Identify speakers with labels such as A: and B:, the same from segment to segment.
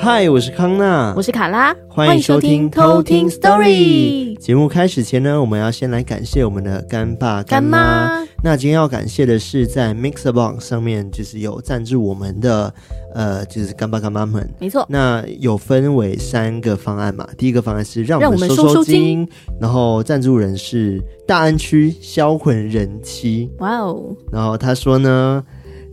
A: 嗨，我是康娜，
B: 我是卡拉，
A: 欢迎收听偷听 Story。节目开始前呢，我们要先来感谢我们的干爸
B: 干
A: 妈。
B: 妈，
A: 那今天要感谢的是在 Mixer Box 上面，就是有赞助我们的，呃，就是干爸干妈们。
B: 没错，
A: 那有分为三个方案嘛？第一个方案是让
B: 让
A: 我
B: 我
A: 们
B: 们
A: 收
B: 收收
A: 金，然后赞助人是大安区销魂人妻。
B: 哇哦，
A: 然后他说呢，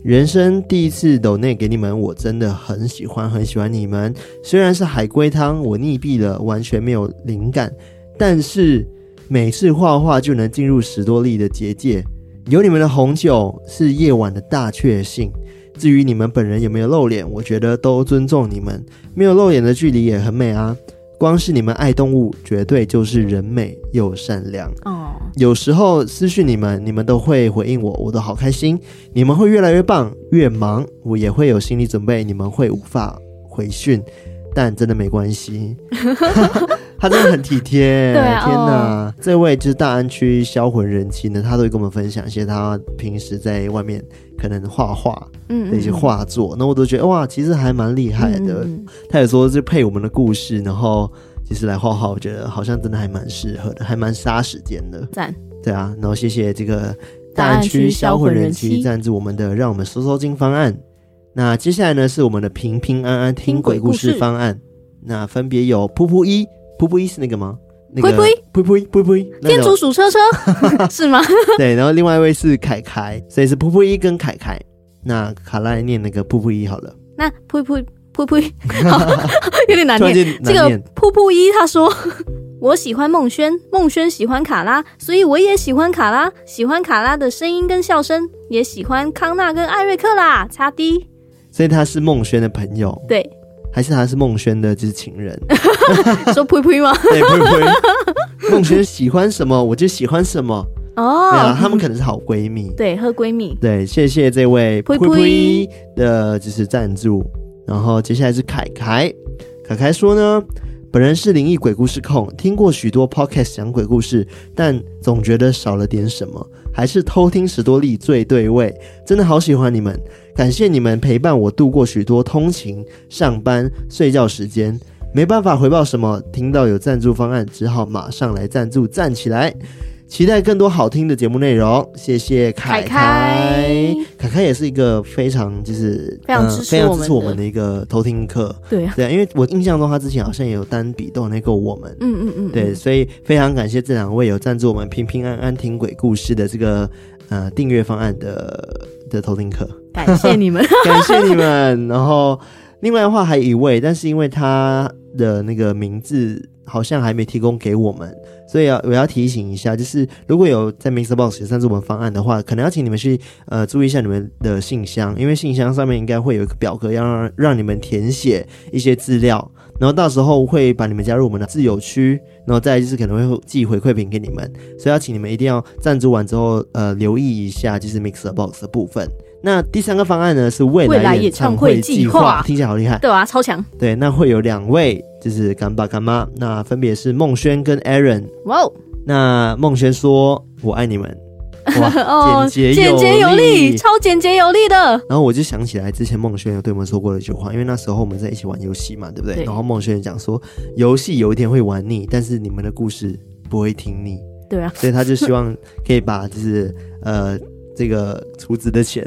A: 人生第一次抖内给你们，我真的很喜欢，很喜欢你们。虽然是海龟汤，我溺毙了，完全没有灵感，但是每次画画就能进入十多粒的结界。有你们的红酒是夜晚的大确幸。至于你们本人有没有露脸，我觉得都尊重你们，没有露脸的距离也很美啊。光是你们爱动物，绝对就是人美又善良。
B: 哦，
A: 有时候私讯你们，你们都会回应我，我都好开心。你们会越来越棒，越忙，我也会有心理准备，你们会无法回讯，但真的没关系。他真的很体贴，
B: 对啊
A: 天哪！这位就是大安区销魂人妻呢，他都会跟我们分享一些他平时在外面可能画画
B: 嗯
A: 的一些画作，那我都觉得哇，其实还蛮厉害的。
B: 嗯嗯嗯
A: 他也说是配我们的故事，然后其实来画画，我觉得好像真的还蛮适合的，还蛮杀时间的。
B: 赞，
A: 对啊，然后谢谢这个大
B: 大安
A: 安区
B: 区
A: 销
B: 销
A: 魂
B: 魂
A: 人
B: 人
A: 妻
B: 妻
A: 赞助我们的，让我们收收金方案。那接下来呢是我们的平平安安听
B: 听
A: 鬼
B: 鬼
A: 故
B: 故
A: 事
B: 事
A: 方案，那分别有噗噗一，噗噗一是那个吗？那个
B: 噗噗
A: 噗噗噗噗一，那
B: 天
A: 个
B: 竺鼠车 车是吗？
A: 对，然后另外一位是凯凯，所以是噗噗一跟凯凯。那卡拉来念那个噗噗一好了，
B: 那噗噗噗噗， 好，有点难
A: 突然
B: 念。
A: 间
B: 这
A: 难
B: 个
A: 念，
B: 噗噗一他说：“ 我喜欢孟轩，孟轩喜欢卡拉，所以我也喜欢卡拉，喜欢卡拉的声音跟笑声，也喜欢康纳跟艾瑞克啦。”擦 D，
A: 所以他是孟轩的朋友，
B: 对，
A: 还是他是孟轩的就是情 人？
B: 说 噗噗吗？
A: 对，噗噗一，孟轩喜欢什么我就喜欢什么。对啊，
B: 哦，
A: 她们可能是好闺蜜。
B: 对，和闺蜜，
A: 对，谢谢这位
B: 呸
A: 呸
B: 呸
A: 呸的，就是赞助。然后接下来是凯凯，凯凯说呢，本人是灵异鬼故事控，听过许多 podcast 讲鬼故事，但总觉得少了点什么，还是偷听史多利最对味。真的好喜欢你们，感谢你们陪伴我度过许多通勤、上班、睡觉时间。没办法回报什么，听到有赞助方案，只好马上来赞助，站起来！期待更多好听的节目内容，谢谢凯凯
B: 凯凯。
A: 凯凯也是一个非常就是
B: 非常
A: 呃
B: 支持
A: 非常
B: 我
A: 支
B: 们
A: 持我
B: 的
A: 们的一个偷听课。
B: 对啊，
A: 对啊，因为我印象中他之前好像也有单笔都有那个我们。
B: 嗯嗯嗯，
A: 对，所以非常感谢这两位有赞助我们平平安安听鬼故事的这个呃订阅方案的的偷听 课，
B: 感谢 你们，
A: 感谢你们。然后另外的话还有一位，但是因为他的那个名字好像还没提供给我们，所以要我要提醒一下，就是如果有在 Mr. Box 有赞助我们方案的话，可能要请你们去呃注意一下你们的信箱，因为信箱上面应该会有一个表格要让让你们填写一些资料。然后到时候会把你们加入我们的自由区，然后再来就是可能会寄回馈品给你们，所以要请你们一定要赞助完之后，呃，留意一下就是 Mixer Box 的部分。那第三个方案呢是未
B: 未
A: 来
B: 来
A: 演
B: 演
A: 唱
B: 唱
A: 会
B: 会
A: 计
B: 计
A: 划
B: 划，
A: 听起来好厉害。
B: 对啊，超强，
A: 对，那会有两位就是干爸干妈，那分别是孟轩跟 Aaron。
B: 哇哦，
A: 那孟轩说：“我爱你们。”哇，
B: 哦，
A: 简洁
B: 简洁有
A: 力
B: 力，。超简洁有力的，
A: 然后我就想起来之前孟轩有对我们说过的一句话，因为那时候我们在一起玩游戏嘛，对不对？
B: 对
A: 然后孟轩也讲说，游戏有一天会玩腻，但是你们的故事不会听腻，
B: 对啊，
A: 所以他就希望可以把就是呃这个厨子的钱，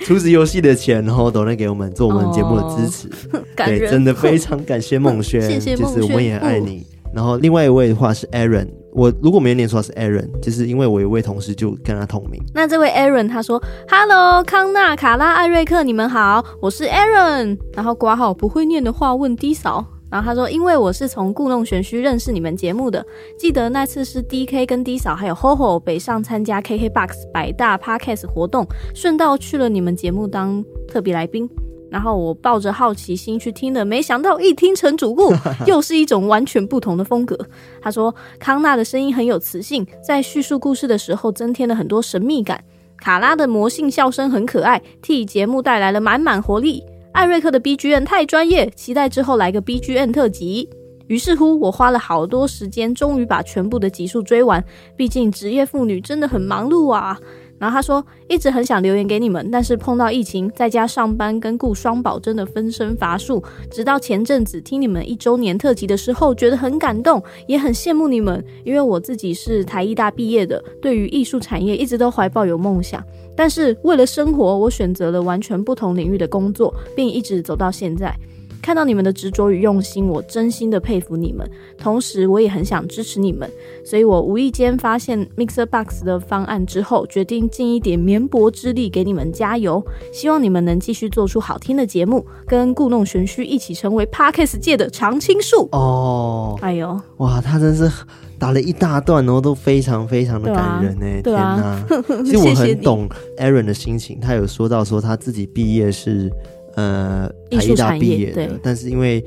A: 厨子游戏的钱，然后都能给我们做我们节目的支持。
B: 感
A: 对，
B: 人，
A: 真的非常感谢孟轩，
B: 谢谢
A: 就是我
B: 孟轩嗯
A: 们也爱你。然后另外一位的话是 Aaron，我如果没有念错是 Aaron，就是因为我有一位同事就跟他同名。
B: 那这位 Aaron 他说：“Hello，康纳、卡拉、艾瑞克，你们好，我是 Aaron。”然后挂号不会念的话问 D 嫂。然后他说：“因为我是从故弄玄虚认识你们节目的，记得那次是 DK 跟 D 嫂还有 HoHo 北上参加 KKBox 百大 Podcast 活动，顺道去了你们节目当特别来宾。然后我抱着好奇心去听的，没想到一听成主顾，又是一种完全不同的风格。他说，康纳的声音很有磁性，在叙述故事的时候增添了很多神秘感。卡拉的魔性笑声很可爱，替节目带来了满满活力。艾瑞克的 BGM 太专业，期待之后来个 BGM 特辑。于是乎，我花了好多时间，终于把全部的集数追完。毕竟职业妇女真的很忙碌啊。然后他说，一直很想留言给你们，但是碰到疫情，在家上班跟顾双宝真的分身乏术。直到前阵子听你们一周年特辑的时候，觉得很感动，也很羡慕你们，因为我自己是台艺大毕业的，对于艺术产业一直都怀抱有梦想。但是为了生活，我选择了完全不同领域的工作，并一直走到现在。看到你们的执着与用心，我真心的佩服你们。同时，我也很想支持你们，所以我无意间发现 Mixer Box 的方案之后，决定尽一点绵薄之力给你们加油。希望你们能继续做出好听的节目，跟故弄玄虚一起成为 Podcast 界的常青树。
A: 哦，
B: 哎呦，
A: 哇，他真是打了一大段，然后都非常非常的
B: 对啊
A: 感人呢、欸
B: 对啊
A: 天 哪！其实我
B: 谢谢
A: 很
B: 你
A: 懂 Aaron 的心情，他有说到说他自己毕业是呃
B: 艺
A: 台
B: 术
A: 艺大
B: 产
A: 毕
B: 业
A: 业的
B: 对，
A: 但是因为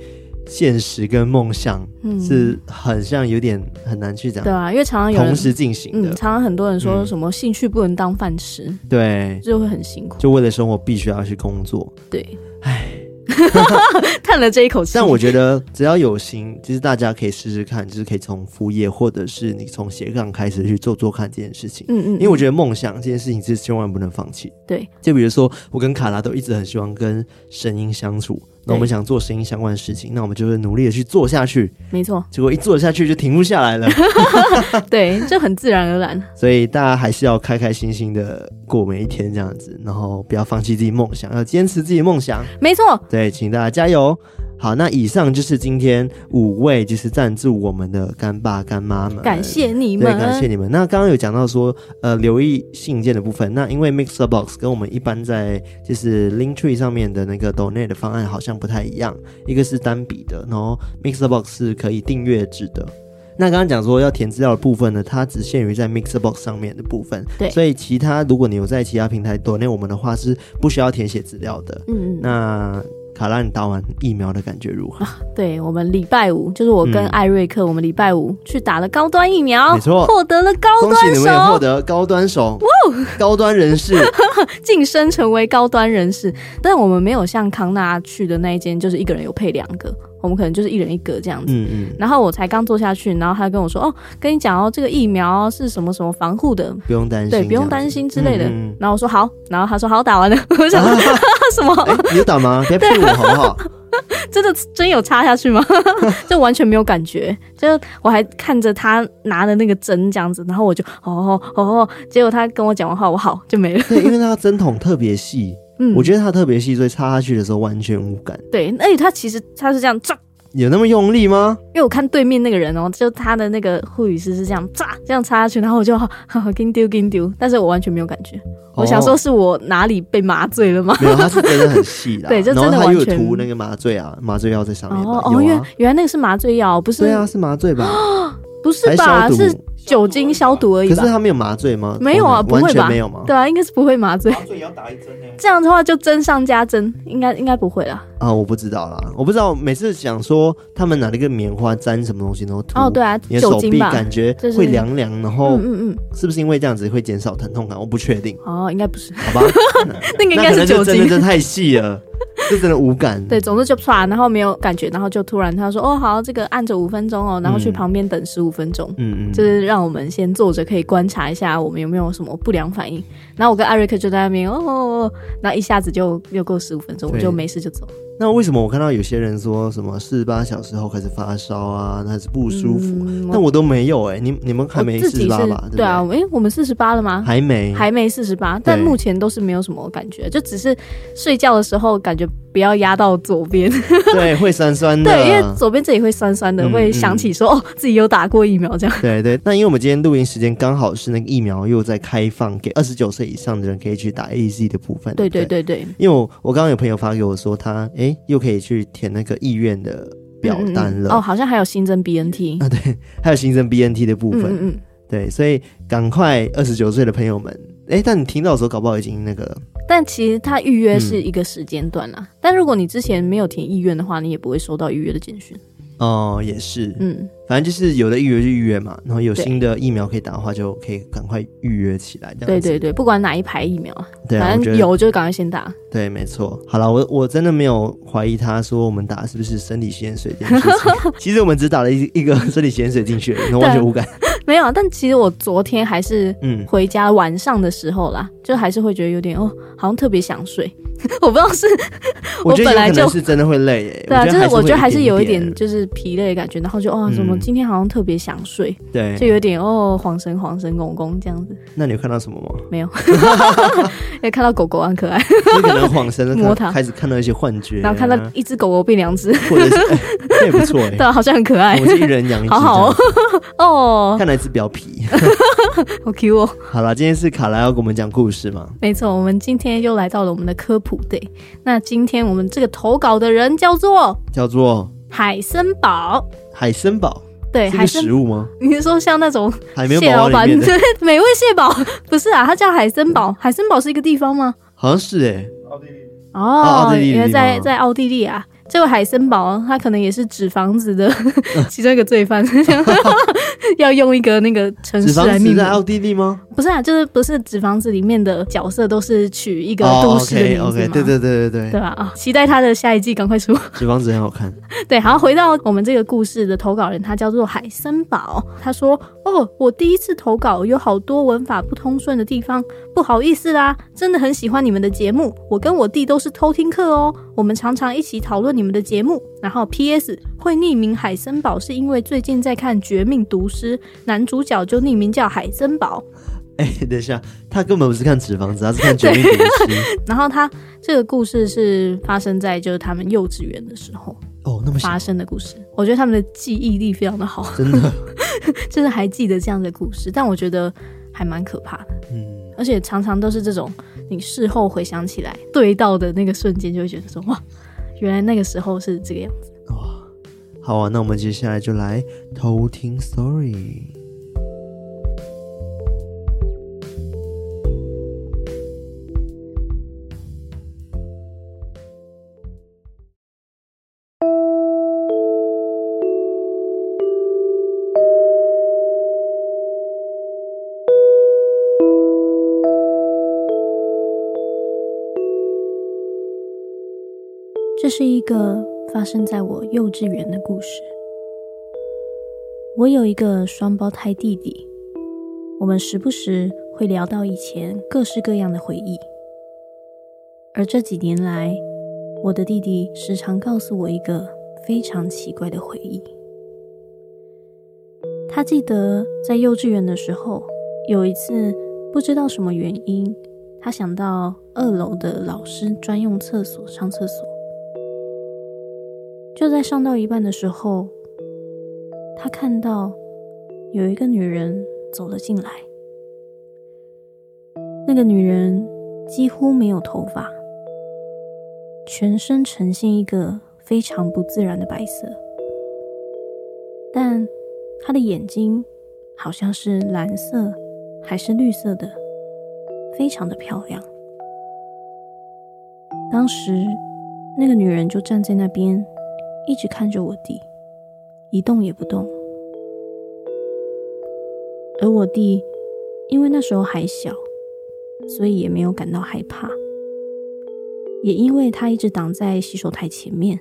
A: 现实跟梦想
B: 嗯，
A: 是很像有点很难去讲
B: 对啊，因为常常有人
A: 同，时进行
B: 嗯，
A: 的，
B: 常常很多人说
A: 嗯
B: 什么兴趣不能当饭吃，
A: 对，
B: 就会很辛苦。
A: 就为了生活必须要去工作。
B: 对，唉， 叹了这一口气。
A: 但我觉得只要有心，其实大家可以试试看，就是可以从副业或者是你从斜杠开始去做做看这件事情。
B: 嗯嗯，
A: 因为我觉
B: 得
A: 得梦想这件事情是千万不能放弃。
B: 对，
A: 就比如说我跟卡拉都一直很喜欢跟声音相处，那我们
B: 对
A: 想做声音相关的事情，那我们就会努力的去做下去。
B: 没错，
A: 结果一做下去就停不下来了，
B: 对，这很自然而然。
A: 所以大家还是要开开心心的过每一天这样子，然后不要放弃自己梦想，要坚持自己的梦想。
B: 没错，
A: 对，请大家加油。好，那以上就是今天五位就是赞助我们的干爸干妈们，
B: 感谢你
A: 对，
B: 们，
A: 感谢你们。那刚刚有讲到说，呃，留意信件的部分。那因为 Mixer Box 跟我们一般在就是 Linktree 上面的那个 Donate 的方案好像不太一样，一个是单笔的，然后 Mixer Box 是可以订阅制的。那刚刚讲说要填资料的部分呢，它只限于在 Mixer Box 上面的部分，
B: 对
A: 所以其他如果你有在其他平台 Donate 我们的话，是不需要填写资料的。
B: 嗯，嗯，
A: 那卡拉，你打完疫苗的感觉如何？
B: 对我们礼拜五，就是我跟
A: 嗯
B: 艾瑞克，我们礼拜五去打了高端疫苗，
A: 没错
B: 获得了高
A: 恭喜
B: 端
A: 你们也获
B: 手，
A: 得高端手，高端人 士。
B: 晋升成为高端人士。但我们没有像康纳去的那一间，就是一个人有配两个，我们可能就是一人一个这样子。
A: 嗯嗯，
B: 然后我才刚坐下去，然后他跟我说：“哦，跟你讲哦，这个疫苗是什么什么防护的，
A: 不用担心，
B: 对，不用
A: 这样
B: 担心之类的。
A: 嗯嗯
B: 然后我说好，然后他说好，打完了。 我想说、什么？
A: 哎、你有打 吗？别骗我好不好？
B: 真的真有插下去吗？ 就完全没有感觉。就我还看着他拿的那个针这样子，然后我就哦哦哦，结果他跟我讲完话，我好就 没了。
A: 对，因为它针筒特别细，
B: 嗯，
A: 我觉得它特别细，所以插下去的时候完全无感。
B: 对，而且他其实他是这样 炸。
A: 有那么用力吗？
B: 因为我看对面那个人哦，就他的那个护理师是这样 炸，这样插下去，然后我就 好好给你丢给你丢，但是我完全没有感觉。我想说
A: 哦、
B: 是我哪里被麻醉了吗？
A: 没有，它是真的很细的。
B: 对就真的
A: 然后它又有
B: 完全
A: 涂那个麻醉啊，麻醉药在上面吧。
B: 哦哦，
A: 有
B: 原
A: 啊，
B: 原来那个是麻醉药，不是、
A: 对啊，是麻醉吧？
B: 不是
A: 还
B: 吧？
A: 消毒
B: 是酒精消毒而
A: 可
B: 已
A: 是
B: 吧？
A: 它没有麻醉吗？
B: 没有啊，不
A: 完
B: 会
A: 全
B: 吧？
A: 没有吗？
B: 对啊，应该是不会麻醉。
A: 醉也要打一针呢、
B: 这样的话就针上加针，应该应该不会啦。
A: 啊，我不知道啦，我不知道。每次想说他们拿那个棉花沾什么东西，然后涂
B: 哦，对啊，
A: 你的手
B: 酒
A: 臂
B: 精吧。
A: 感觉
B: 就是
A: 会凉凉，然后
B: 嗯嗯嗯，
A: 是不是因为这样子会减少疼痛感？我不确 定，
B: 哦，应该 不是，
A: 好吧？
B: 那个应
A: 那
B: 该
A: 可
B: 是
A: 能就
B: 酒
A: 真的
B: 精。
A: 真的太细了， 就真的无感。
B: 对，总之就唰，然后没有感觉，然后就突然他说：“哦，好，这个按着五分钟哦，然后去
A: 嗯
B: 旁边等十五分钟。
A: 嗯，嗯嗯，
B: 就是让我们先坐着，可以观察一下我们有没有什么不良反应。然后我跟艾瑞克就在那边哦哦，哦那一下子就又过十五分钟，我
A: 对
B: 就没事就走。
A: 那为什么我看到有些人说什么四十八小时后开始发烧啊，那是不舒服，
B: 嗯
A: 那、我都没有哎、你你们还没
B: 哦我自
A: 四
B: 己
A: 十八
B: 是
A: 吧？不
B: 对啊，，诶，我们四十八了吗？
A: 还没，
B: 还没四十八，但
A: 对
B: 目前都是没有什么感觉，就只是睡觉的时候感觉不要压到左边，
A: 嗯 对，会酸酸的。
B: 对，因为左边这里会酸酸的，
A: 嗯
B: 会想起说、哦自己有打过疫苗 这样。
A: 对对，那因为我们今天录音时间刚好是那个疫苗又在开放，给二十九岁以上的人可以去打 A Z 的部分。
B: 对
A: 对
B: 对
A: 不对，
B: 对对，
A: 因为我我刚刚有朋友发给我说他哎又可以去填那个意愿的表
B: 嗯嗯嗯
A: 单了，
B: 哦，好像还有新增 BNT，
A: 啊对，还有新增 B N T 的部
B: 嗯
A: 分。
B: 嗯嗯，
A: 对，所以赶快二十九岁的朋友们，哎，但你听到的时候，搞不好已经那个了
B: 但其实它预约
A: 嗯
B: 是一个时间段啦。但如果你之前没有填意愿的话，你也不会收到预约的简讯。
A: 哦，也是，
B: 嗯，
A: 反正就是有的预约就预约嘛，然后有
B: 对
A: 新的疫苗可以打的话，就可以赶快预约起来。这
B: 对
A: 样子
B: 对对，不管哪一排疫苗啊，
A: 对啊，我
B: 反
A: 觉
B: 正
A: 得
B: 有就赶快先打。
A: 对，没错。好了，我我真的没有怀疑他说我们打的是不是生理盐水这件事 情。其实我们只打了一一个生理盐水进去而已，那完全无感。
B: 没有啊，但其实我昨天还是
A: 嗯，
B: 回家晚上的时候啦，就还是会觉得有点哦，好像特别想睡。 我不知道是
A: 我觉得
B: 我本来
A: 有可能
B: 就是
A: 真的会累耶。
B: 对啊，就是我觉得还是有
A: 一
B: 一点就是疲累的感觉，然后就哦，
A: 嗯
B: 怎么今天好像特别想睡，
A: 点
B: 就
A: 对。
B: 有点哦，晃神晃神公公这样子，
A: 那你有看到什么吗？
B: 没有， 也看到狗狗很可爱，
A: 你可能晃 神
B: 摸
A: 了，
B: 它
A: 开始看到一些幻觉啊，
B: 然后看到一只狗狗变两只，
A: 或者是 哎这也不错哎
B: 对。啊，好像很可爱
A: 我们是一人养一只，
B: 好好哦 哦，
A: 看来是比较皮。
B: 好 Q 哦。
A: 好啦，今天是卡拉要给我们讲故事嘛？
B: 没错，我们今天又来到了我们的科普 day。那今天我们这个投稿的人叫做
A: 叫做
B: 海森堡，
A: 海参堡，
B: 对，
A: 是
B: 海
A: 个
B: 森
A: 食，物吗？
B: 你是说像那种
A: 海绵
B: 蟹
A: 宝
B: 老
A: 宝
B: 板
A: 里面的，
B: 美味蟹堡？ 不是啊，它叫海森堡。海森堡是一个地方吗？
A: 好像是哎。
B: 哦
A: 奥，地利
B: 原来在
A: 吗
B: 在奥地利啊。这个海森堡，它可能也是纸房子的 其中一个罪犯， 要用一个那个城
A: 脂
B: 市来
A: 肪
B: 命
A: 是在
B: 名。
A: 奥地利吗？
B: 不是啊，就是不是纸房子里面的角色都是取一个
A: 哦
B: 都市的名字吗
A: o k OK，对对对对
B: 对
A: 对，
B: 吧？啊、期待他的下一季赶快出。
A: 脂肪纸很好看。
B: 对，好，回到我们这个故事的投稿人，他叫做海森堡。他说：“哦，我第一次投稿，有好多文法不通顺的地方，不好意思啦，真的很喜欢你们的节目。我跟我弟都是偷听课哦，我们常常一起讨论你们的节目。然后 P.S. 会匿名海森堡是因为最近在看《绝命毒师》，男主角就匿名叫海森堡。
A: 哎、等一下，他根本不是看脂肪纸，他是看绝命毒 师。
B: 然后他这个故事是发生在就是他们幼稚园的时候
A: 哦，那么小，
B: 发生的故事。我觉得他们的记忆力非常的好。”
A: 真的，
B: 就是还记得这样的故事，但我觉得还蛮可怕的，
A: 嗯，
B: 而且常常都是这种你事后回想起来对到的那个瞬间，就会觉得说哇，原来那个时候是这个样子。
A: 哇，好啊，那我们接下来就来偷听 story。
B: 这是一个发生在我幼稚园的故事。我有一个双胞胎弟弟，我们时不时会聊到以前各式各样的回忆。而这几年来，我的弟弟时常告诉我一个非常奇怪的回忆。他记得在幼稚园的时候，有一次不知道什么原因，他想到二楼的老师专用厕所上厕所。就在上到一半的时候，他看到有一个女人走了进来。那个女人几乎没有头发，全身呈现一个非常不自然的白色，但她的眼睛好像是蓝色还是绿色的，非常的漂亮。当时那个女人就站在那边，一直看着我弟，一动也不动。而我弟因为那时候还小，所以也没有感到害怕。也因为他一直挡在洗手台前面，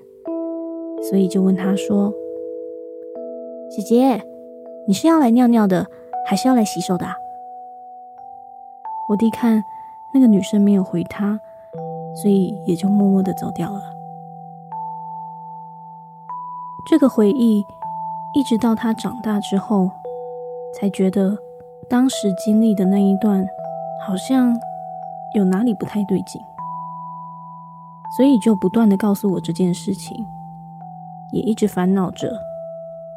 B: 所以就问他说：“姐姐，你是要来尿尿的，还是要来洗手的、啊？”我弟看那个女生没有回他，所以也就默默的走掉了。这个回忆，一直到他长大之后，才觉得当时经历的那一段好像有哪里不太对劲，所以就不断的告诉我这件事情，也一直烦恼着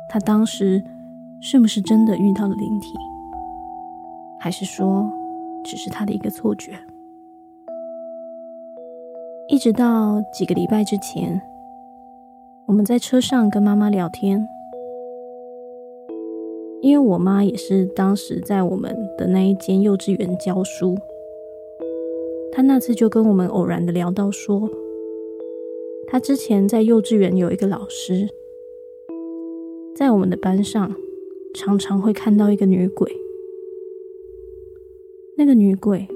B: 他当时是不是真的遇到了灵体，还是说只是他的一个错觉。一直到几个礼拜之前，我们在车上跟妈妈聊天，因为我妈也是当时在我们的那一间幼稚园教书，他那次就跟我们偶然的聊到说，他之前在幼稚园有一个老师，在我们的班上常常会看到一个女鬼。那个女鬼，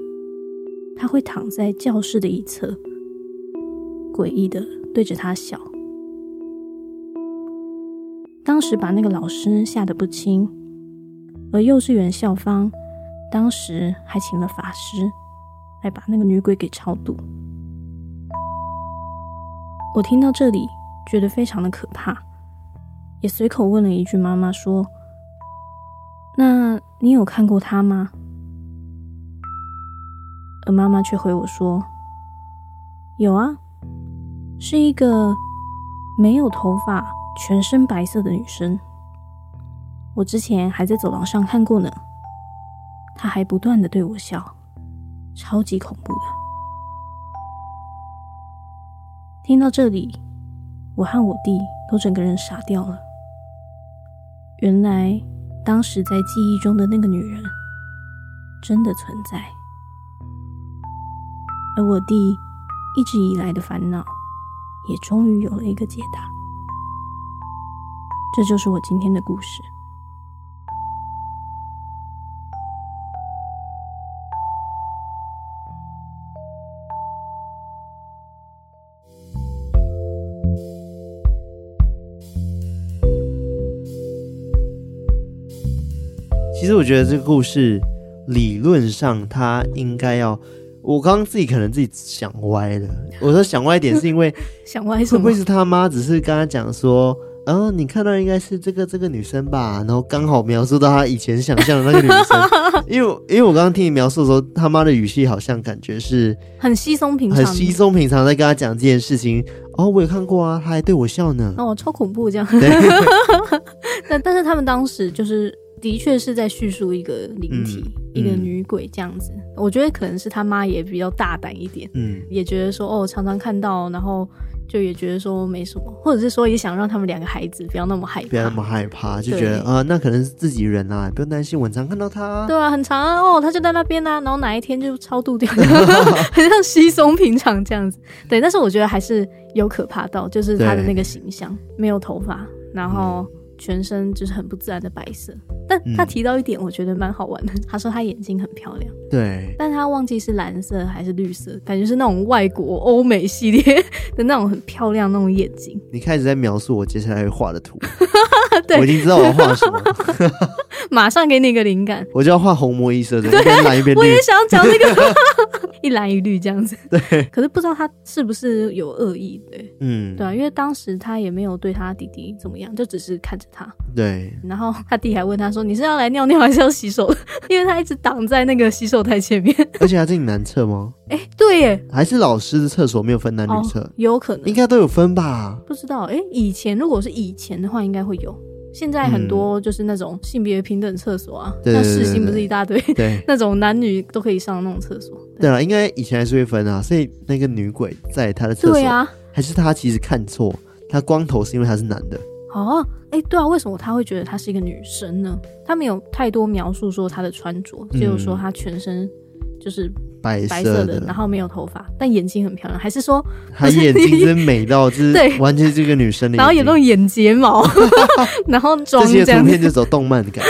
B: 她会躺在教室的一侧，诡异的对着他笑。当时把那个老师吓得不轻，而幼稚园校方当时还请了法师来把那个女鬼给超度。我听到这里，觉得非常的可怕，也随口问了一句妈妈说：“那你有看过她吗？”而妈妈却回我说：“有啊，是一个没有头发、全身白色的女生。我之前还在走廊上看过呢。她还不断的对我笑，超级恐怖的。”听到这里，我和我弟都整个人傻掉了。原来，当时在记忆中的那个女人，真的存在。而我弟一直以来的烦恼，也终于有了一个解答。这就是我今天的故事。
A: 其实我觉得这个故事理论上它应该要，我刚刚自己可能自己想歪了。我说想歪一点是因为
B: 想歪
A: 会
B: 什
A: 不
B: 么
A: 会？是他妈只是跟他讲说，嗯、你看到应该是这个这个女生吧，然后刚好描述到他以前想象的那个女 生。因为我因为我刚刚听你描述的时候，他妈的语气好像感觉是
B: 很稀松平常
A: 很，稀松平常在跟他讲这件事情。哦，我有看过啊，他还对我笑呢。
B: 哦，超恐怖这样。
A: 对，
B: 但但是他们当时就是的确是在叙述一个灵体、
A: 嗯
B: 一个
A: 嗯
B: 女鬼这样子。我觉得可能是他妈也比较大胆一点，
A: 嗯，
B: 也觉得说哦，常常看到，然后就也觉得说没什么，或者是说也想让他们两个孩子不要那么害怕，
A: 不要那么害怕，就
B: 对
A: 觉得啊、那可能是自己人啊，不用担心，我很常看到他啊。
B: 对啊，很长啊，哦，他就在那边啊，然后哪一天就超度掉，很像稀松平常这样子。对，但是我觉得还是有可怕到，就是他的那个形象，没有头发，然后全身就是很不自然的白色。但他
A: 嗯
B: 提到一点，我觉得蛮好玩的，他说他眼睛很漂亮，
A: 对，
B: 但他忘记是蓝色还是绿色，感觉是那种外国欧美系列 的那种很漂亮那种眼睛。
A: 你开始在描述我接下来会画的图
B: 对，
A: 我已经知道我要画什么，
B: 马上给你一个灵感。
A: 我就要画虹膜医生的，一边蓝一边
B: 我
A: 绿
B: 也。想讲这 个，一蓝一绿这样子。对，可是不知道他是不是有恶意，对
A: 嗯，
B: 对啊，因为当时他也没有对他弟弟怎么样，就只是看着他。
A: 对，
B: 然后他弟还问他说：“你是要来尿尿还是要洗手？” 因为他一直挡在那个洗手台前面。
A: 而且还是你男厕吗？
B: 哎、对耶，
A: 还是老师的厕所没有分男女厕？
B: 哦，有可能
A: 应该都有分 吧？
B: 不知道。哎、以前如果是以前的话，应该会有。现在很多就是那种性别平等厕所啊，
A: 嗯对对
B: 那
A: 对
B: 世新
A: 对
B: 不是一大堆
A: 对，
B: 那种男女都可以上的那种厕所。
A: 对了，应该以前还是会分啊。所以那个女鬼在她的厕所，
B: 对啊，
A: 还是她其实看错，她光头是因为她是男的。
B: 哦，哎，对啊，为什么他会觉得她是一个女生呢？他没有太多描述说她的穿着，
A: 嗯
B: 只有说她全身就是
A: 白
B: 白
A: 色
B: 色的，然后没有头发，但眼睛很漂亮，还是说，
A: 她眼睛真美到，就是
B: 对
A: 完全是这个女生的
B: 然后有
A: 眼
B: 那
A: 睛。
B: 种眼睫毛， 然后妆
A: 这些
B: 这样
A: 图
B: 子
A: 片，就走动漫 感。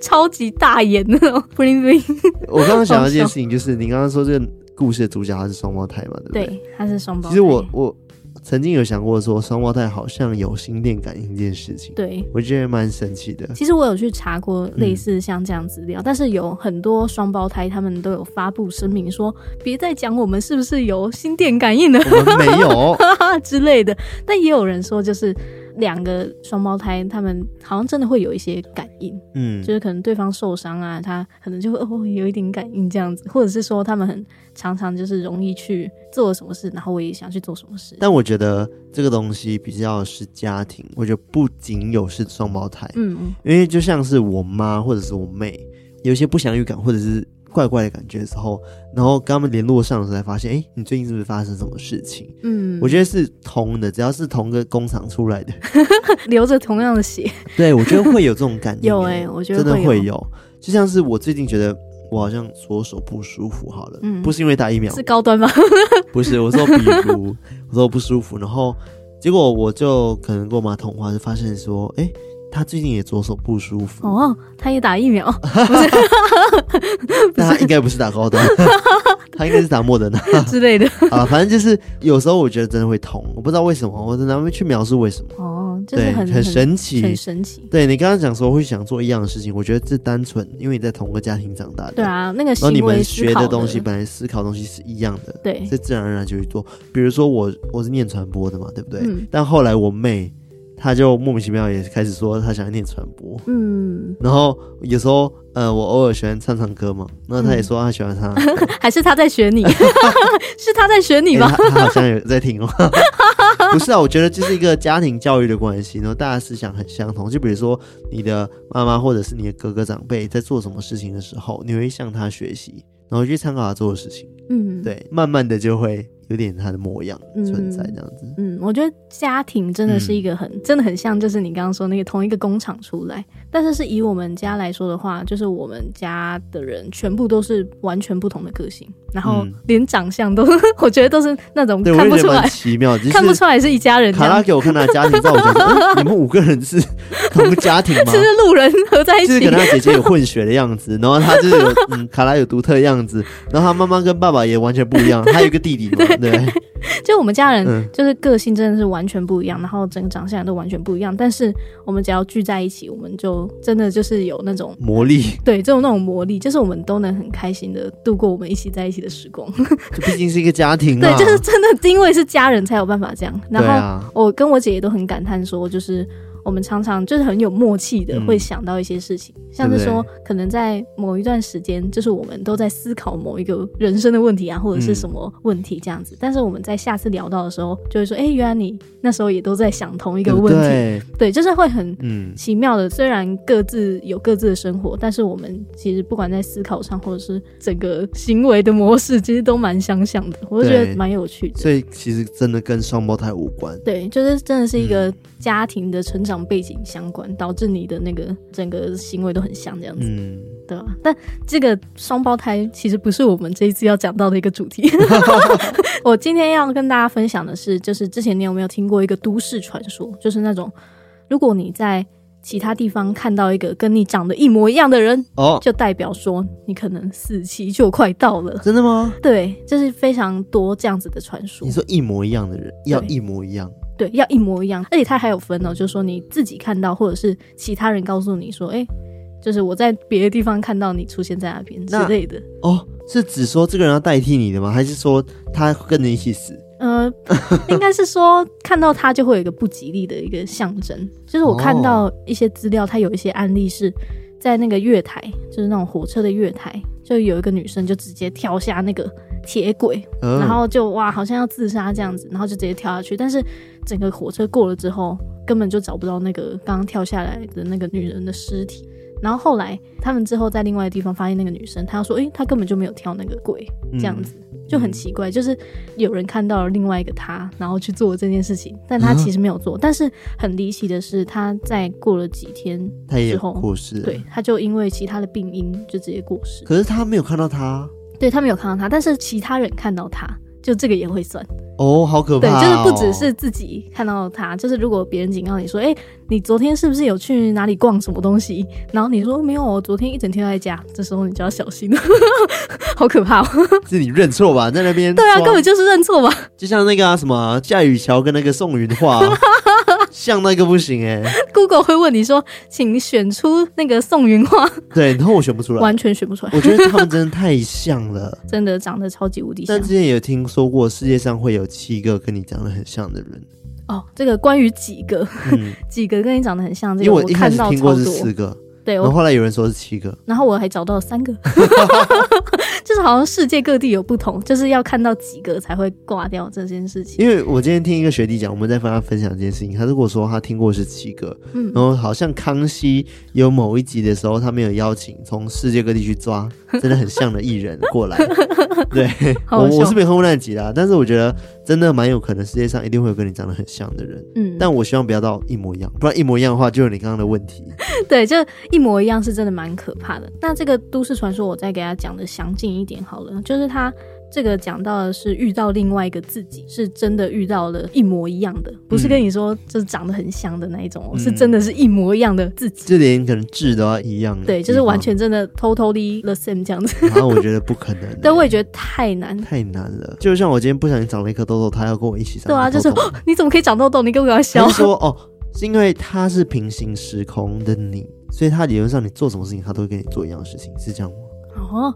B: 超级大眼那 种 bling bling。
A: 我刚刚想到一件事情，就是你刚刚说这个故事的主角他是双胞胎嘛，对不对？
B: 对，她是双胞胎。
A: 其实我我曾经有想过说，双胞胎好像有心电感应这件事情，
B: 对，
A: 我觉得蛮神奇的。
B: 其实我有去查过
A: 嗯
B: 类似像这样资料，但是有很多双胞胎他们都有发布声明说，别再讲我们是不是有心电感应了。
A: 我们没 有，
B: 之类的。但也有人说，就是两个双胞胎，他们好像真的会有一些感应，
A: 嗯
B: 就，是可能对方受伤啊，他可能就会哦有一点感应这样子，或者是说他们很常常就是容易去做什么事，然后我也想去做什么事。
A: 但我觉得这个东西比较是家庭，我觉得不仅有是双胞胎，
B: 嗯嗯，
A: 因为就像是我妈或者是我妹，有一些不祥预感或者是怪怪的感觉的时候，然后跟他们联络上的时候才发现，哎、你最近是不是发生什么事情？
B: 嗯，
A: 我觉得是同的，只要是同个工厂出 来的，
B: 流着同样的血，
A: 对我觉得会有这种感应。
B: 有哎、我觉得
A: 嗯真的
B: 会
A: 会有，就像是我最近觉得我好像左手不舒服好了，
B: 嗯
A: 不是因为打疫苗
B: 是，高端吗？
A: 不是，我说比如 我说我不舒服，然后结果我就可能跟我妈通话，就发现说，哎、她最近也左手不舒服，
B: 哦，他也打疫 苗，
A: 但她应该不是打高 端，她应该是打莫德纳
B: 之类的。
A: 啊，反正就是有时候我觉得真的会痛，我不知道为什么，我真的没去描述为什么，
B: 哦，就是
A: 对，
B: 很
A: 很神奇，
B: 很神奇。
A: 对你刚刚讲说会想做一样的事情，我觉得这单纯，因为你在同个家庭长大的，
B: 对，啊，那个
A: 然后你
B: 行为
A: 们
B: 思
A: 学
B: 考
A: 的东西，本来思考的东西是一样的，
B: 对
A: 所以自然而然就去做。比如说我我是念传播的嘛，对不对？
B: 嗯
A: 但后来我妹她就莫名其妙也开始说她想要念传播，
B: 嗯，
A: 然后有时候呃我偶尔喜欢唱唱歌嘛，然后
B: 嗯
A: 她也说她喜欢唱唱歌，
B: 还是他在 选你，是他在 选你
A: 欸
B: 吧？
A: 她她好像有在听哦。 不是啊，我觉得就是一个家庭教育的关系，然后大家思想很相同。就比如说你的妈妈或者是你的哥哥长辈在做什么事情的时候，你会向他学习，然后去参考他做的事情。
B: 嗯，。
A: 对，慢慢的就会有点他的模样
B: 嗯
A: 存在这样子。
B: 嗯，我觉得家庭真的
A: 嗯
B: 是一个很，真的很像，就是你刚刚说那个同一个工厂出来，但是是以我们家来说的话，就是我们家的人全部都是完全不同的个性，然后
A: 嗯
B: 连长相都， 我觉得都是那种
A: 对，我
B: 看
A: 也
B: 不
A: 觉
B: 出
A: 得
B: 来
A: 蛮，奇妙的，就
B: 看不
A: 是
B: 出来是一家人这
A: 卡
B: 样
A: 拉，给我看他的家庭照，我想说，嗯 你们五个人是 同个家庭吗
B: 就？是路人合在一
A: 就是
B: 起
A: 可，能他姐姐有混血的样子， 然后他就是有嗯卡拉有独特的样子，然后他妈妈跟爸爸也完全不一 样，他有一个弟弟嘛，对不对，
B: 就我们家人
A: 嗯
B: 就是个性真的是完全不一样，然后整个长相也都完全不一样，但是我们只要聚在一起，我们就真的就是有那种
A: 魔力，
B: 对，这种那种魔力，就是我们都能很开心的度过我们一起在一起的时光。
A: 这毕竟是一个家庭
B: 对
A: 啊，，
B: 就是真的，因为是家人才有办法这样。然
A: 对
B: 后
A: 啊，
B: 我跟我姐也都很感叹说，就是我们常常就是很有默契的
A: 嗯
B: 会想到一些事情，像是
A: 对
B: 说可能在某一段时间，就是我们都在思考某一个人生的问题啊，或者是
A: 嗯
B: 什么问题这样子。但是我们在下次聊到的时候，就会说，哎、原来你那时候也都在想同一
A: 对
B: 个
A: 不
B: 问题，
A: 对？
B: 对，就是会很
A: 嗯，
B: 奇妙的，虽然各自有各自的生活，但是我们其实不管在思考上，或者是整个行为的模式，其实都蛮相像的，我就觉得
A: 对
B: 蛮有趣的。
A: 所以其实真的跟双胞胎无关，
B: 对，就是真的是一
A: 嗯
B: 个家庭的成长背景相关，导致你的那个整个行为都很像这样子，
A: 嗯，
B: 对吧？但这个双胞胎其实不是我们这一次要讲到的一个主题。 我今天要跟大家分享的是，就是之前你有没有听过一个都市传说，就是那种如果你在其他地方看到一个跟你长得一模一样的人，
A: 哦，
B: 就代表说你可能死期就快 到了。
A: 真的吗？
B: 对，就是非常多这样子的传说
A: 你。说一模一样的人要
B: 对
A: 一模一样，
B: 对，要一模一样。而且它还有分哦，就是说你自己看到，或者是其他人告诉你说，哎、就是我在别的地方看到你出现在那边之
A: 那
B: 类的。
A: 哦，是只说这个人要代替你的吗？还是说他跟你一起死？
B: 呃，应该是说看到它就会有一个不吉利的一个象征。就是我看到一些资料，它有一些案例是在那个月台，就是那种火车的月台，就有一个女生就直接跳下那个铁轨，
A: 嗯
B: 然后就哇，好像要自杀这样子，然后就直接跳下去。但是整个火车过了之后，根本就找不到那个刚刚跳下来的那个女人的尸体。然后后来他们之后在另外的地方发现那个女生，她说：“诶、她根本就没有跳那个轨，这
A: 嗯
B: 样子、就很奇怪。”就是有人看到了另外一个她，然后去做这件事情，但她
A: 啊
B: 其实没有做。但是很离奇的是，她在过了几天，
A: 嗯他也
B: 之后
A: 过世了，
B: 对，她就因为其他的病因就直接过世。
A: 可是他没有看到他，
B: 对他们有看到她，但是其他人看到她，就这个也会算。
A: 哦，好可怕、
B: 对，
A: 哦！
B: 就是不只是自己看到他，就是如果别人警告你说，哎、你昨天是不是有去哪里逛什么东西？然后你说没有，我昨天一整天都在家，这时候你就要小心了， 好可怕、哦！
A: 是你认错吧，在那边
B: 对啊，
A: 装
B: 根本就是认错吧，
A: 就像那个、啊、什么夏雨乔跟那个宋云 画，像那个不行哎、
B: Google 会问你说，请选出那个宋 云花，
A: 对，然后我选不出来，
B: 完全选不出来，
A: 我觉得他们真的太像 了。
B: 真的长得超级无敌像
A: 但之前也听说过，世界上会有七个跟你长得很像的人，
B: 哦。这个关于几个
A: 嗯，
B: 几个跟你长得很像，这
A: 因
B: 个
A: 为
B: 我
A: 我一开
B: 看
A: 始
B: 到
A: 听过
B: 超
A: 是
B: 多
A: 四，个，
B: 对，
A: 然
B: 我
A: 后后来有人说是七个，
B: 然后我还找到 了三个， 就是好像世界各地有不同，就是要看到几个才会挂掉这件事情。
A: 因为我今天听一个学弟讲，我们在跟他分享这件事情，他就跟我说他听过是七个，
B: 嗯
A: 然后好像康熙有 某一集的时候，他们有邀请从世界各地去抓真的很像的艺人过来，对，我
B: 好好
A: 我
B: 笑
A: 是没有看过那集啦，但是我觉得真的蛮有可能，世界上一定会有跟你长得很像的人。
B: 嗯，
A: 但我希望不要到一模一样，不然一模一样的话，就有你刚刚的问题。
B: 对，就一模一样，是真的蛮可怕的。那这个都市传说，我再给他讲的详尽一点好了，就是他这个讲到的是遇到另外一个自己，是真的遇到了一模一样的，不是跟你说就是长得很像的那一种哦，
A: 嗯
B: 是真的是一模一样的自己。
A: 就连可能痣都要一样的地方，
B: 对，就是完全真的偷偷的 the same 这样子。
A: 然后我觉得不可能欸、
B: 但我也觉得太难。
A: 太难了。就像我今天不小心长了一颗痘痘，他要跟我一起长
B: 对啊，
A: 那
B: 就
A: 个
B: 是
A: 痘痘。
B: 你怎么可以长痘痘？你给我要笑
A: 他。说哦，是因为他是平行时空的你，所以他理论上你做什么事情，他都会跟你做一样的事情，是这样吗？
B: 哦，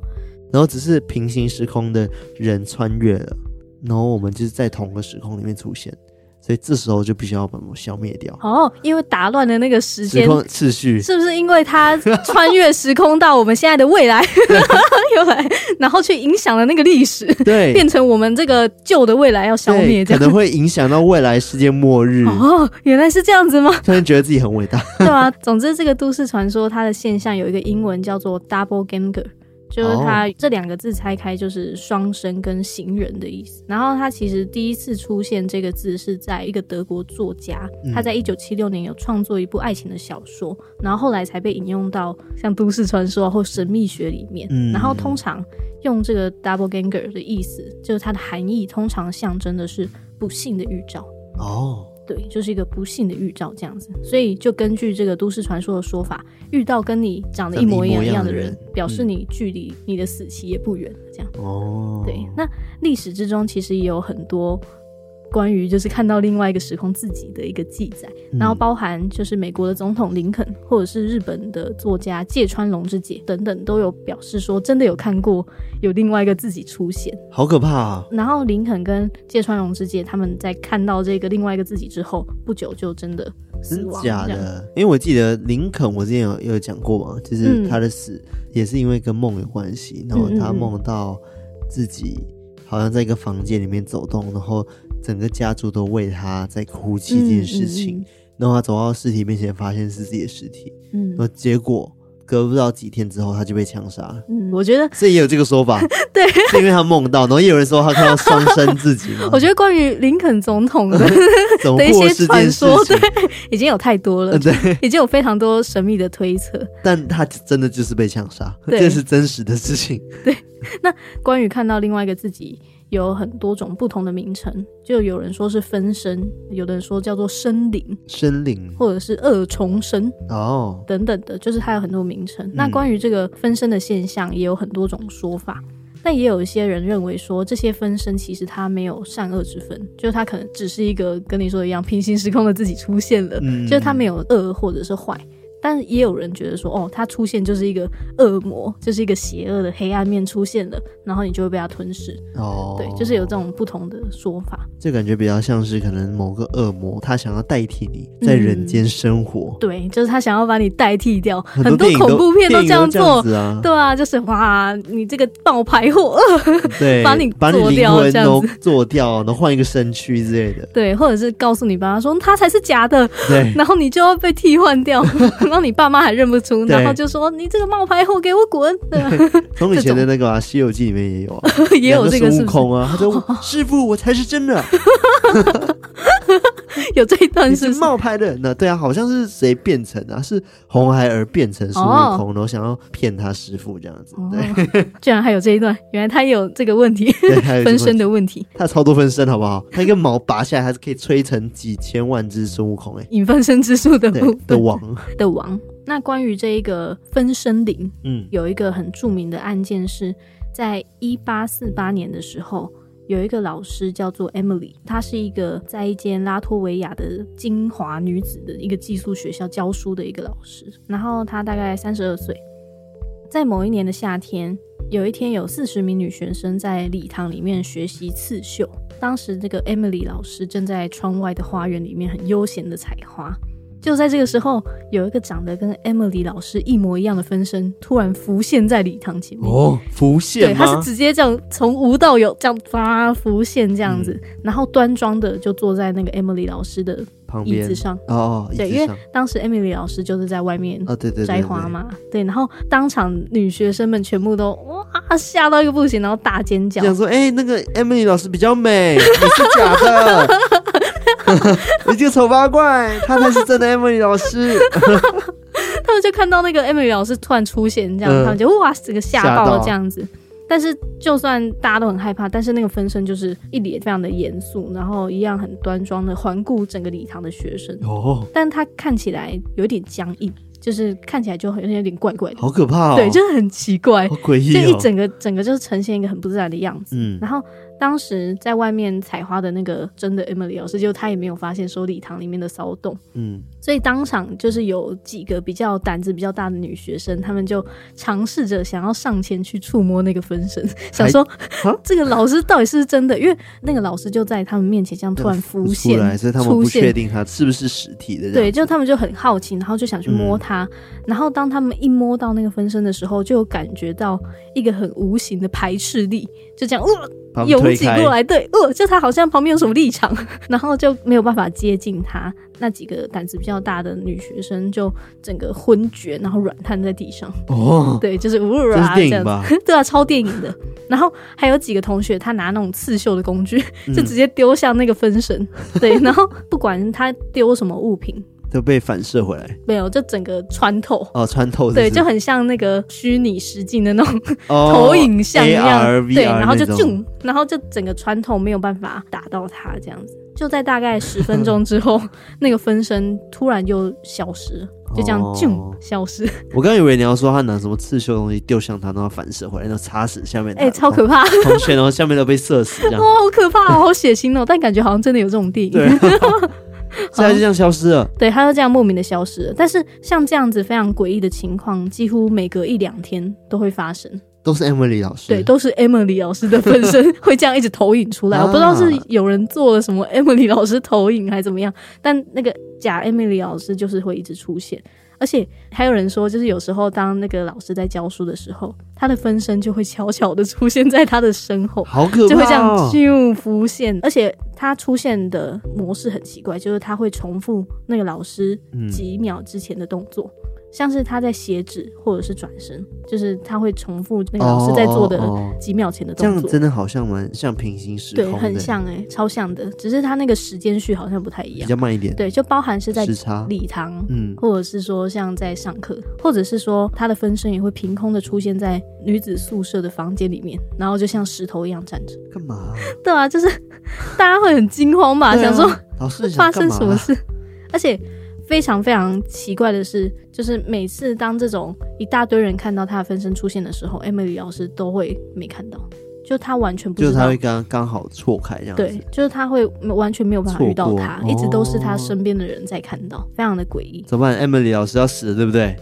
A: 然后只是平行时空的人穿越了，然后我们就是在同个时空里面出现，所以这时候就必须要把我们消灭掉
B: 哦，因为打乱了那个时
A: 时
B: 间，
A: 空秩序。
B: 是不是因为他穿越时空到我们现在的 未来， 又来，然后去影响了那个历史，
A: 对，
B: 变成我们这个旧的未来要消
A: 对，
B: 灭这
A: 可
B: 样？
A: 能会影响到未来世界末日。
B: 哦，原来是这样子吗？
A: 突然觉得自己很伟大，
B: 对啊，总之这个都市传说它的现象有一个英文叫做 double ganger。就是它
A: 哦
B: 这两个字拆开就是双生跟行人的意思。然后它其实第一次出现这个字是在一个德国作家，
A: 嗯
B: 他在一九七六年有创作一部爱情的小说，然后后来才被引用到像都市传说或神秘学里面。
A: 嗯
B: 然后通常用这个 double ganger 的意思，就是它的含义通常象征的是不幸的预兆。
A: 哦，
B: 对，就是一个不幸的预兆这样子。所以就根据这个都市传说的说法，遇到跟你长得一模一
A: 长
B: 样
A: 得一模一样
B: 的
A: 的
B: 人，
A: 人
B: 表示
A: 嗯
B: 你距离你的死期也不远了。这样，
A: 哦，
B: 对。那历史之中其实也有很多关于就是看到另外一个时空自己的一个记载，
A: 嗯
B: 然后包含就是美国的总统林肯，或者是日本的作家芥川龙之介等等，都有表示说真的有看过有另外一个自己出现。
A: 好可怕啊！
B: 然后林肯跟芥川龙之介他们在看到这个另外一个自己之后，不久就真的死
A: 真
B: 亡，
A: 假
B: 这样
A: 的？因为我记得林肯，我之前有有讲过嘛，
B: 嗯
A: 就是他的死也是因为跟梦有关系，然后他梦到自己好像在一个房间里面走动，然后整个家族都为他在哭泣这件事情，然后他走到尸体面前，发现是自己的尸体，
B: 嗯
A: 然后结果隔不到几天之后，他就被枪杀了。
B: 嗯，我觉得，
A: 所以也有这个说法，
B: 对，
A: 是因为他梦到，然后也有人说他看到双生自己嘛。
B: 我觉得关于林肯总 统的
A: 得怎么
B: 的一
A: 过
B: 些
A: 是这
B: 传
A: 件事
B: 说，
A: 情
B: 对，已经有太多了
A: 嗯，对，
B: 已经有非常多神秘的推测。
A: 但他真的就是被枪杀，
B: 对
A: 这是真实的事情。
B: 关于看到另外一个自己，有很多种不同的名称，就有人说是分身，有的人说叫做生灵，
A: 森林
B: 或者是二重生。
A: 哦，
B: 等等的，就是它有很多名
A: 嗯
B: 称。那关于这个分身的现象，也有很多种说法。但也有一些人认为说，这些分身其实它没有善恶之分，就是它可能只是一个跟你说的一样平行时空的自己出现了，
A: 嗯
B: 就是它没有恶或者是坏。但也有人觉得说，哦，它出现就是一个恶魔，就是一个邪恶的黑暗面出现了，然后你就会被它吞噬。
A: 哦，
B: 对，就是有这种不同的说法。
A: 这感觉比较像是可能某个恶魔，他想要代替你
B: 嗯
A: 在人间生活。
B: 对，就是他想要把你代替掉，很
A: 多
B: 多
A: 电影
B: 恐怖片
A: 都
B: 都这样
A: 电影
B: 做。
A: 子啊，
B: 对啊，就是哇，你这个爆牌货，
A: 对，
B: 把你
A: 把你
B: 做
A: 灵
B: 掉
A: 魂
B: 这样
A: 都
B: 子
A: 做掉，然后换一个身躯之类 的。
B: 对，或者是告诉你爸妈说他才是假的，
A: 对，
B: 然后你就要被替换 掉，然后你爸妈还认不出，
A: 对
B: 然后就说你这个冒牌货给我滚，对吧？
A: 从以前的那个啊《西游记》里面也有啊，
B: 也有这
A: 两
B: 个
A: 孙
B: 是
A: 悟
B: 不是？
A: 空啊，他 说师傅我才是真的，
B: 有这一段
A: 你
B: 是
A: 是
B: 不是？
A: 冒牌的。那对啊，好像是谁变成啊？是红孩儿变成孙悟空，然后想要骗他师傅这样子。
B: 哦
A: 对，，
B: 居然还有这一段，原来他也有这个问题，
A: 对还有一个
B: 分
A: 问
B: 身的问题，
A: 它超多分身，好不好？它一个毛拔下来，还是可以吹成几千万只孙悟空哎、
B: 引分身之术的 部
A: 对
B: 分
A: 的王，
B: 的王。那关于这一个分身灵，
A: 嗯，
B: 有一个很著名的案件是在一八四八年的时候，有一个老师叫做 Emily，她是一个在一间拉脱维亚的精华女子的一个寄宿学校教书的一个老师，然后她大概三十二岁，在某一年的夏天，有一天有四十名女学生在礼堂里面学习刺绣。当时这个 Emily 老师正在窗外的花园里面很悠闲的采花，就在这个时候，有一个长得跟 Emily 老师一模一样的分身突然浮现在礼堂前面。
A: 哦，浮
B: 对，
A: 现
B: 他
A: 吗
B: 是？直接这样从无到有，这样发浮现这样子，
A: 嗯
B: 然后端庄的就坐在那个 Emily 老师的
A: 旁
B: 椅
A: 边
B: 子上。
A: 哦，椅
B: 对，
A: 子
B: 因为
A: 上
B: 当时 Emily 老师就是在外面
A: 啊，对对对，
B: 摘
A: 对
B: 花，嘛，对，然后当场女学生们全部都哇他吓到一个不行，然后大尖叫。
A: 想说，哎、那个 Emily 老师比较 美，你是假的， 你这个丑八怪，她才是真的 Emily 老师。
B: 他们就看到那个 Emily 老师突然出现，这样、
A: 嗯
B: 他们就哇，整个吓
A: 吓
B: 到了
A: 到
B: 这样子。但是就算大家都很害怕，但是那个分身就是一脸非常的严肃，然后一样很端庄的环顾整个礼堂的学生，
A: 哦，
B: 但他看起来有点僵硬，就是看起来就很有点怪怪的，
A: 好可怕哦，
B: 对，就是很奇怪，
A: 好诡异
B: 就
A: 哦，
B: 一整个整个就是呈现一个很不自然的样子。
A: 嗯
B: 然后当时在外面采花的那个真的 Emily 老师，就他也没有发现说礼堂里面的骚动。
A: 嗯，
B: 所以当场就是有几个比较胆子比较大的女学生，她们就尝试着想要上前去触摸那个分身， 想说
A: 啊
B: 这个老师到底是不是真的，因为那个老师就在他们面前这样突然浮
A: 出
B: 现
A: 来，所以他们
B: 出
A: 不确
B: 现。
A: 定她是不是实体的人。
B: 对，就他们就很好奇，然后就想去
A: 嗯
B: 摸它。然后当他们一摸到那个分身的时候，就有感觉到一个很无形的排斥力，就这样，呃，
A: 把他们
B: 涌
A: 推
B: 挤
A: 开
B: 过，来，对，呃，就他好像旁边有什么立场， 然后就没有办法接近他。那几个胆子比较大的女学生就整个昏厥，然后软瘫在地上，
A: 哦，
B: 对，就是呜
A: 这
B: 啊
A: 是
B: 这
A: 电影
B: 样子，
A: 吧？
B: 对啊，超电影的。然后还有几个同学，他拿那种刺绣的工具，就
A: 嗯
B: 直接丢向那个分神，对， 然后不管他丢什么物品，
A: 都被反射回来，
B: 没有，就整个穿透。
A: 哦，穿透是不
B: 对，
A: 是，
B: 就很像那个虚拟实境的那种
A: 哦
B: 投影像一样，
A: AR VR
B: 对，然后就
A: 那种
B: 就，然后就整个穿透没有办法打到它这样子。就在大概十分钟之 后，那个分身突然又消失了，就这样
A: 哦
B: 就、消失，
A: 我刚以为你要说他拿什么刺绣的东西丢向他，然后反射回来，然后插死下面的
B: 哎、超可怕，哇、
A: 同同学，然后下面都被射死这 样。
B: 好可怕哦，好血腥哦，但感觉好像真的有这种电影。
A: 对，现在就这样消失了。
B: 对，他就这样莫名的消失了。但是像这样子非常诡异的情况，几乎每隔一两天都会发生。
A: 都是 Emily 老师，
B: 对，都是 Emily 老师的 分身会这样一直投影出来。我不知道
A: 啊
B: 是有人做了什么 Emily 老师投影还是怎么样，但那个假 Emily 老师就是会一直出现。而且还有人说，就是有时候当那个老师在教书的时候，他的分身就会悄悄的出现在他的身后，
A: 好可怕、哦，
B: 就会这样咻浮现。而且他出现的模式很奇怪，就是他会重复那个老师
A: 嗯
B: 几秒之前的动作，像是他在写纸或者是转身，就是他会重复那个老师在做的
A: 哦哦哦
B: 几秒前的
A: 这
B: 动
A: 样
B: 作。
A: 真的好像蛮像平行时空
B: 对，
A: 的，
B: 很像哎、超像的，只是他那个时间序好像不太一
A: 比
B: 样。
A: 较慢一点，
B: 对，就包含是在
A: 时差，
B: 礼堂，
A: 嗯，
B: 或者是说像在上课，或者是说他的分身也会凭空的出现在女子宿舍的房间里面，然后就像石头一样站着。
A: 干嘛、
B: 对啊，就是 大家会很惊慌吧，
A: 对啊
B: 想说
A: 老师你
B: 发
A: 想干
B: 生
A: 嘛
B: 什么事？ 而且非常非常奇怪的是，就是每次当这种一大堆人看到他的分身出现的时候，Emily 老师都会没看到，就他完全 不
A: 就是
B: 知
A: 他
B: 道
A: 会。刚刚好错开这样子，
B: 对，就是他会完全没有办法
A: 错
B: 遇到
A: 过
B: 他，一直都是他
A: 哦
B: 身边的人在看到，非常的诡异。
A: 怎么办？Emily 老师要死了，对不 对？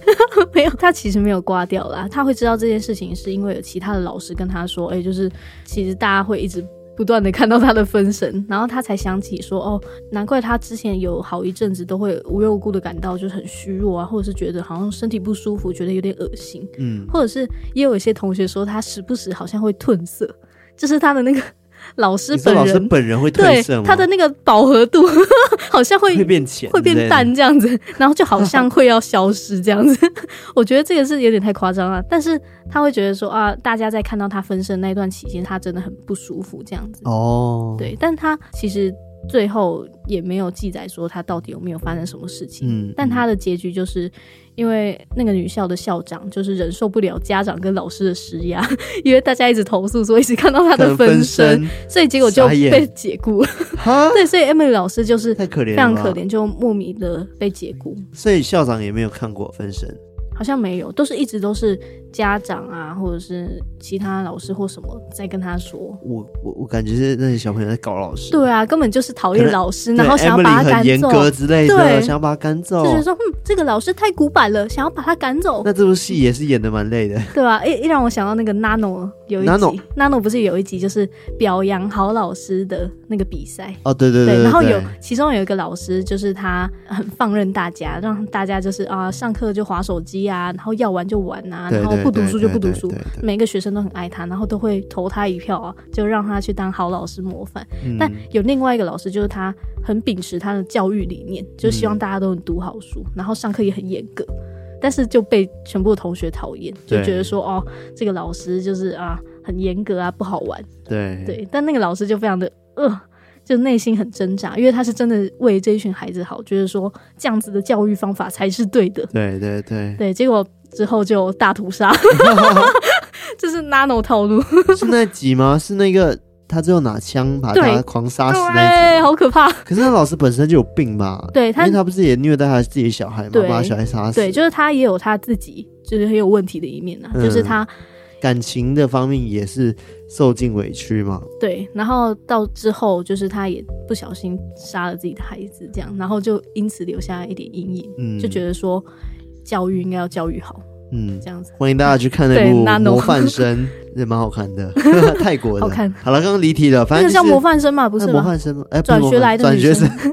B: 没有，他其实没有挂掉啦，他会知道这件事情，是因为有其他的老师跟他说，哎、就是其实大家会一直不断的看到他的分身，然后他才想起说，哦，难怪他之前有好一阵子都会无缘无故的感到就是很虚弱啊，或者是觉得好像身体不舒服，觉得有点恶心，
A: 嗯，
B: 或者是也有一些同学说他时不时好像会褪色，就是他的那个 老师
A: 你说
B: 本
A: 老师
B: 人。
A: 本人会褪
B: 对
A: 色吗？
B: 他的那个饱和度 好像会
A: 会变浅，
B: 会变淡，这样子，然后就好像会要消失这 样子。我觉得这个是有点太夸张了，但是他会觉得说啊，大家在看到他分身那一段期间，他真的很不舒服这样子。
A: 哦，，
B: 对，但他其实最后也没有记载说他到底有没有发生什么事情。
A: 嗯，
B: 但他
A: 的
B: 的结局就是，因为那个女校的校长就是忍受不了家长跟老师的施压， 因为大家一直投诉说一直看到他的
A: 分
B: 身，所以结果就
A: 傻眼
B: 被解雇了。
A: 哈，
B: 对，所以 Emily 老师就是
A: 太可怜，
B: 非常可。怜，就莫名的被解雇，
A: 所以校长也没有看过分身，
B: 好像没有，都是一直都是家长啊，或者是其他老师或什么在跟他说。
A: 我我我感觉是那些小朋友在搞老师，
B: 对啊，根本就是讨
A: 可
B: 厌
A: 能
B: 老师，
A: 对，
B: 然后想要把
A: Emily
B: 他
A: 很
B: 赶
A: 严
B: 走，
A: 格之类的，
B: 对
A: 想要把他赶走
B: 就。是说，嗯，这个老师太古板了，想要把他赶走，
A: 那这部戏也是演的蛮累的，
B: 对吧、啊？一一让我想到那个 Nano 有一集
A: Nano
B: Nano 不是有一集就是表扬好老师的那个比赛，
A: 哦，对对对，
B: 然后有
A: 对
B: 其中有一个老师，就是他很放任大家，让大家就是啊、上课就划手机啊，然后要玩就玩啊，
A: 对
B: 然后
A: 对
B: 不读
A: 对
B: 书就
A: 对
B: 不读
A: 对
B: 书
A: 对对，
B: 每个学生都很爱他，然后都会投他一票啊，就让他去当好老师模范。
A: 嗯
B: 但有另外一个老师，就是他很秉持他的教育理念，就是希望
A: 嗯
B: 大家都能读好书，然后上课也很严格。但是就被全部同学讨厌，就
A: 对
B: 觉得说哦，这个老师就是啊很严格啊，不好玩。
A: 对
B: 对，但那个老师就非常的呃，就内心很挣扎，因为他是真的为这一群孩子好，觉得说这样子的教育方法才是对的。
A: 对对对
B: 对，结果之后就大 屠杀， 这是 Nano 套路，
A: 对， 是那集吗？是那个他最后拿枪把
B: 对
A: 他狂杀死那一集
B: 对，好可怕。
A: 吗。可是那老师本身就有病吧？
B: 对他
A: 因为他不是也虐待他自己的小孩嘛，
B: 对
A: 把他小孩杀死。
B: 对，就是他也有他自己就是很有问题的一面啊，
A: 嗯
B: 就是他
A: 感情的方面也是受尽委屈嘛。
B: 对，然后到之后就是他也不小心杀了自己的孩子，这样，然后就因此留下一点阴影，
A: 嗯，
B: 就觉得说教育应该要教育好，
A: 嗯，
B: 这样子。
A: 欢迎大家去看那
B: 对
A: 部《
B: Nano
A: 模范 生》，也蛮好看的， 泰国的。
B: 好看
A: 好了，刚刚离题了，反
B: 那
A: 正
B: 个
A: 就
B: 叫
A: 是
B: 模范生嘛，不
A: 那
B: 是
A: 模
B: 吗？
A: 范生吗？哎，不是
B: 转
A: 模
B: 学
A: 范
B: 来的
A: 转
B: 女
A: 学生
B: 生，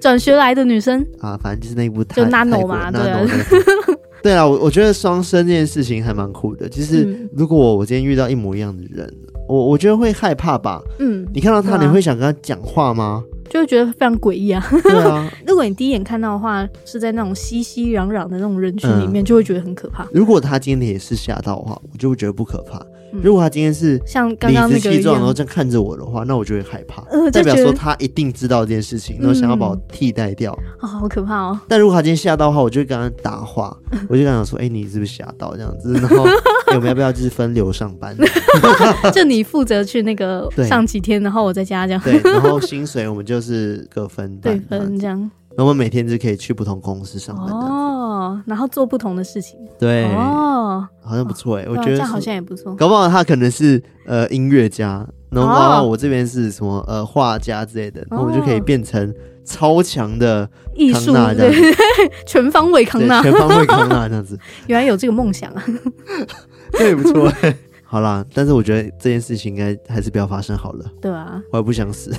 B: 转学来的女生，
A: 啊，反正就是那一部泰
B: 就 Nano
A: 泰国
B: 嘛
A: Nano
B: 对啊
A: 的 对啊，我我觉得双生这件事情还蛮酷的，就是
B: 嗯
A: 如果我今天遇到一模一样的人，我我觉得会害怕吧。
B: 嗯，
A: 你看到他，
B: 对啊
A: 你会想跟他讲话吗？
B: 就会觉得非常诡异啊。
A: 对啊，
B: 如果你第一眼看到的话，是在那种熙熙攘攘的那种人群里
A: 嗯
B: 面，就会觉得很可怕。
A: 如果他今天也是吓到的话，我就会觉得不可怕。
B: 嗯
A: 如果他今天是
B: 像刚
A: 理
B: 刚
A: 直
B: 那个
A: 气
B: 一
A: 壮，然后
B: 样，
A: 这样看着我的话，那我就会害怕，
B: 呃，
A: 代
B: 就
A: 表
B: 觉
A: 说
B: 得嗯
A: 他一定知道这件事情，然后想要把我替代掉。
B: 啊、好可怕哦。
A: 但如果他今天吓到的话，我就会跟他打话，我就跟他讲说：“哎、你是不是吓到这样子？”然 后、哎我们要不要就是分流上班？
B: 就你负责去那个
A: 对
B: 上几天，然后我在家这样
A: 对，然后薪水我们就是各分
B: 对
A: 担这样子，
B: 分这样。
A: 然后我们每天就可以去不同公司上班这样子。
B: 哦，然后做不同的事情。
A: 对，
B: 哦，
A: 好像不错哎、我
B: 对啊
A: 觉
B: 这
A: 得
B: 样好
A: 是
B: 像也不错。
A: 搞不好他可能是呃音乐家，然后
B: 哦
A: 然后我这边是什么呃画家之类的，然后我就可以变成超强的
B: 艺
A: 康
B: 术
A: 纳这样
B: 对，
A: 子，
B: 全方位康纳
A: 对，全方位康纳这样 子，
B: 原来有这个梦想啊。
A: 这也不错哎、好啦，但是我觉得这件事情应该还是不要发生好了，
B: 对啊，
A: 我也不想死。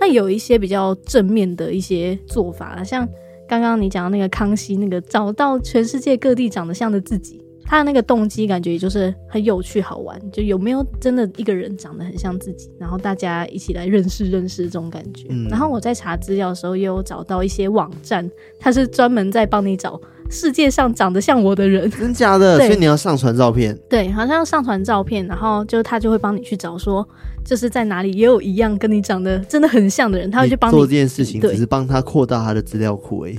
B: 那有一些比较正面的一些做法啦，像刚刚你讲的那个康熙，那个找到全世界各地长得像的自己，他的那个动机感觉也就是很有趣好玩，就有没有真的一个人长得很像自己，然后大家一起来认识认识这种感觉。
A: 嗯
B: 然后我在查资料的时候，也有找到一些网站，它是专门在帮你找世界上长得像我的人。
A: 真假的？
B: 对
A: 所以你要上传照片，
B: 对，好像上传照片，然后就他就会帮你去找说，就是在哪里也有一样跟你长得真的很像的人，他会去帮
A: 做
B: 你
A: 这件事情，
B: 对
A: 只是帮他扩大他的资料库而 已。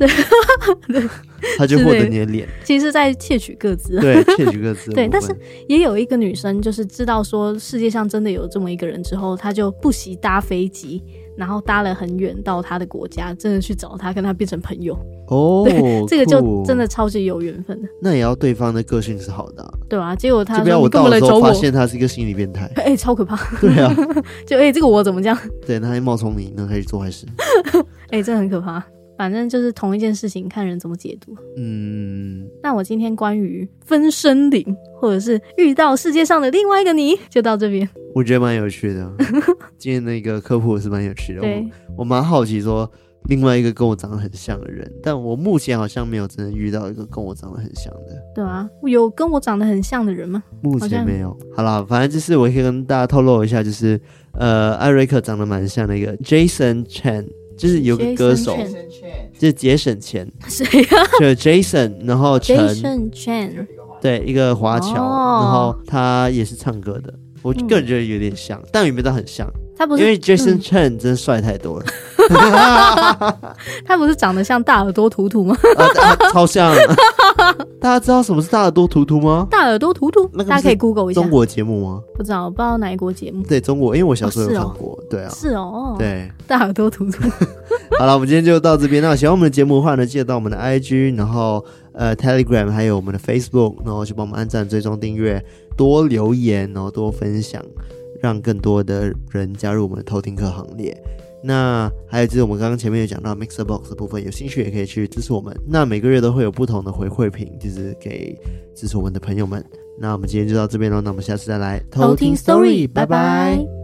A: 他就获得你的脸，
B: 其实是在窃取各自。
A: 对，窃取个字。
B: 对但是也有一个女生，就是知道说世界上真的有这么一个人之后，她就不惜搭飞机，然后搭了很远到她的国家，真的去找他，跟他变成朋友。
A: 哦，
B: 这个就
A: 酷
B: 真的超级有缘分的，
A: 那也要对方的个性是好的啊、
B: 对啊，结果他
A: 就不要
B: 说
A: 我
B: 你干
A: 到
B: 嘛
A: 的
B: 来
A: 时
B: 找
A: 候发？
B: 我
A: 现他是一个心理变态
B: 。哎、超可怕！
A: 对啊，
B: 就哎、这个我怎么这样？
A: 对，他还冒充你，那可以做坏事。
B: 哎、真的很可怕。反正就是同一件事情，看人怎么解读。
A: 嗯，
B: 那我今天关于分身灵，或者是遇到世界上的另外一个你，就到这边。
A: 我觉得蛮有趣 的。啊今天那个科普是蛮有趣的，
B: 对
A: 我，我蛮好奇说另外一个跟我长得很像的人，但我目前好像没有真的遇到一个跟我长得很像的。
B: 对啊，有跟我长得很像的人吗？
A: 目
B: 好
A: 前
B: 像
A: 没有。好啦，反正就是我可以跟大家透露一下，就是呃，艾瑞克长得蛮像那个 Jason Chan，就是有个
B: Jason
A: 歌手
B: Chan
A: 就是节省钱，
B: 谁呀、
A: 就是 Jason，然后陈，
B: Jason Chan，
A: 对，一个华侨，
B: 哦
A: 然后他也是唱歌的。我个人觉得有点像，但也没到很像，
B: 他不
A: 因为
B: 是嗯
A: Jason Chan 真帅太多了，
B: 他不是长得像大耳朵图图吗？
A: 啊啊超像。 大家知道什么是大耳朵图图吗？
B: 大耳朵图图
A: 那个不，是
B: 大家可以 Google 一下
A: 中。国节目吗？
B: 不知道，不知道哪一国节目。
A: 对中国，因为我小时候有
B: 哦是
A: 看
B: 哦
A: 过，对啊，
B: 是哦，哦，
A: 对。
B: 大耳朵图图。
A: 好了，我们今天就到这边。那喜欢我们的节目的话呢，记得到我们的 IG，然后呃 Telegram，还有我们的 Facebook，然后去帮我们按赞、追踪、订阅、多留言，然后多分享，让更多的人加入我们的偷听课行列。那还有就是我们刚刚前面有讲到 Mixer Box 的部分，有兴趣也可以去支持我们。那每个月都会有不同的回馈品，就是给支持我们的朋友们。那我们今天就到这边喽，那我们下次再来
B: 偷听 story，
A: 拜
B: 拜
A: 拜
B: 拜。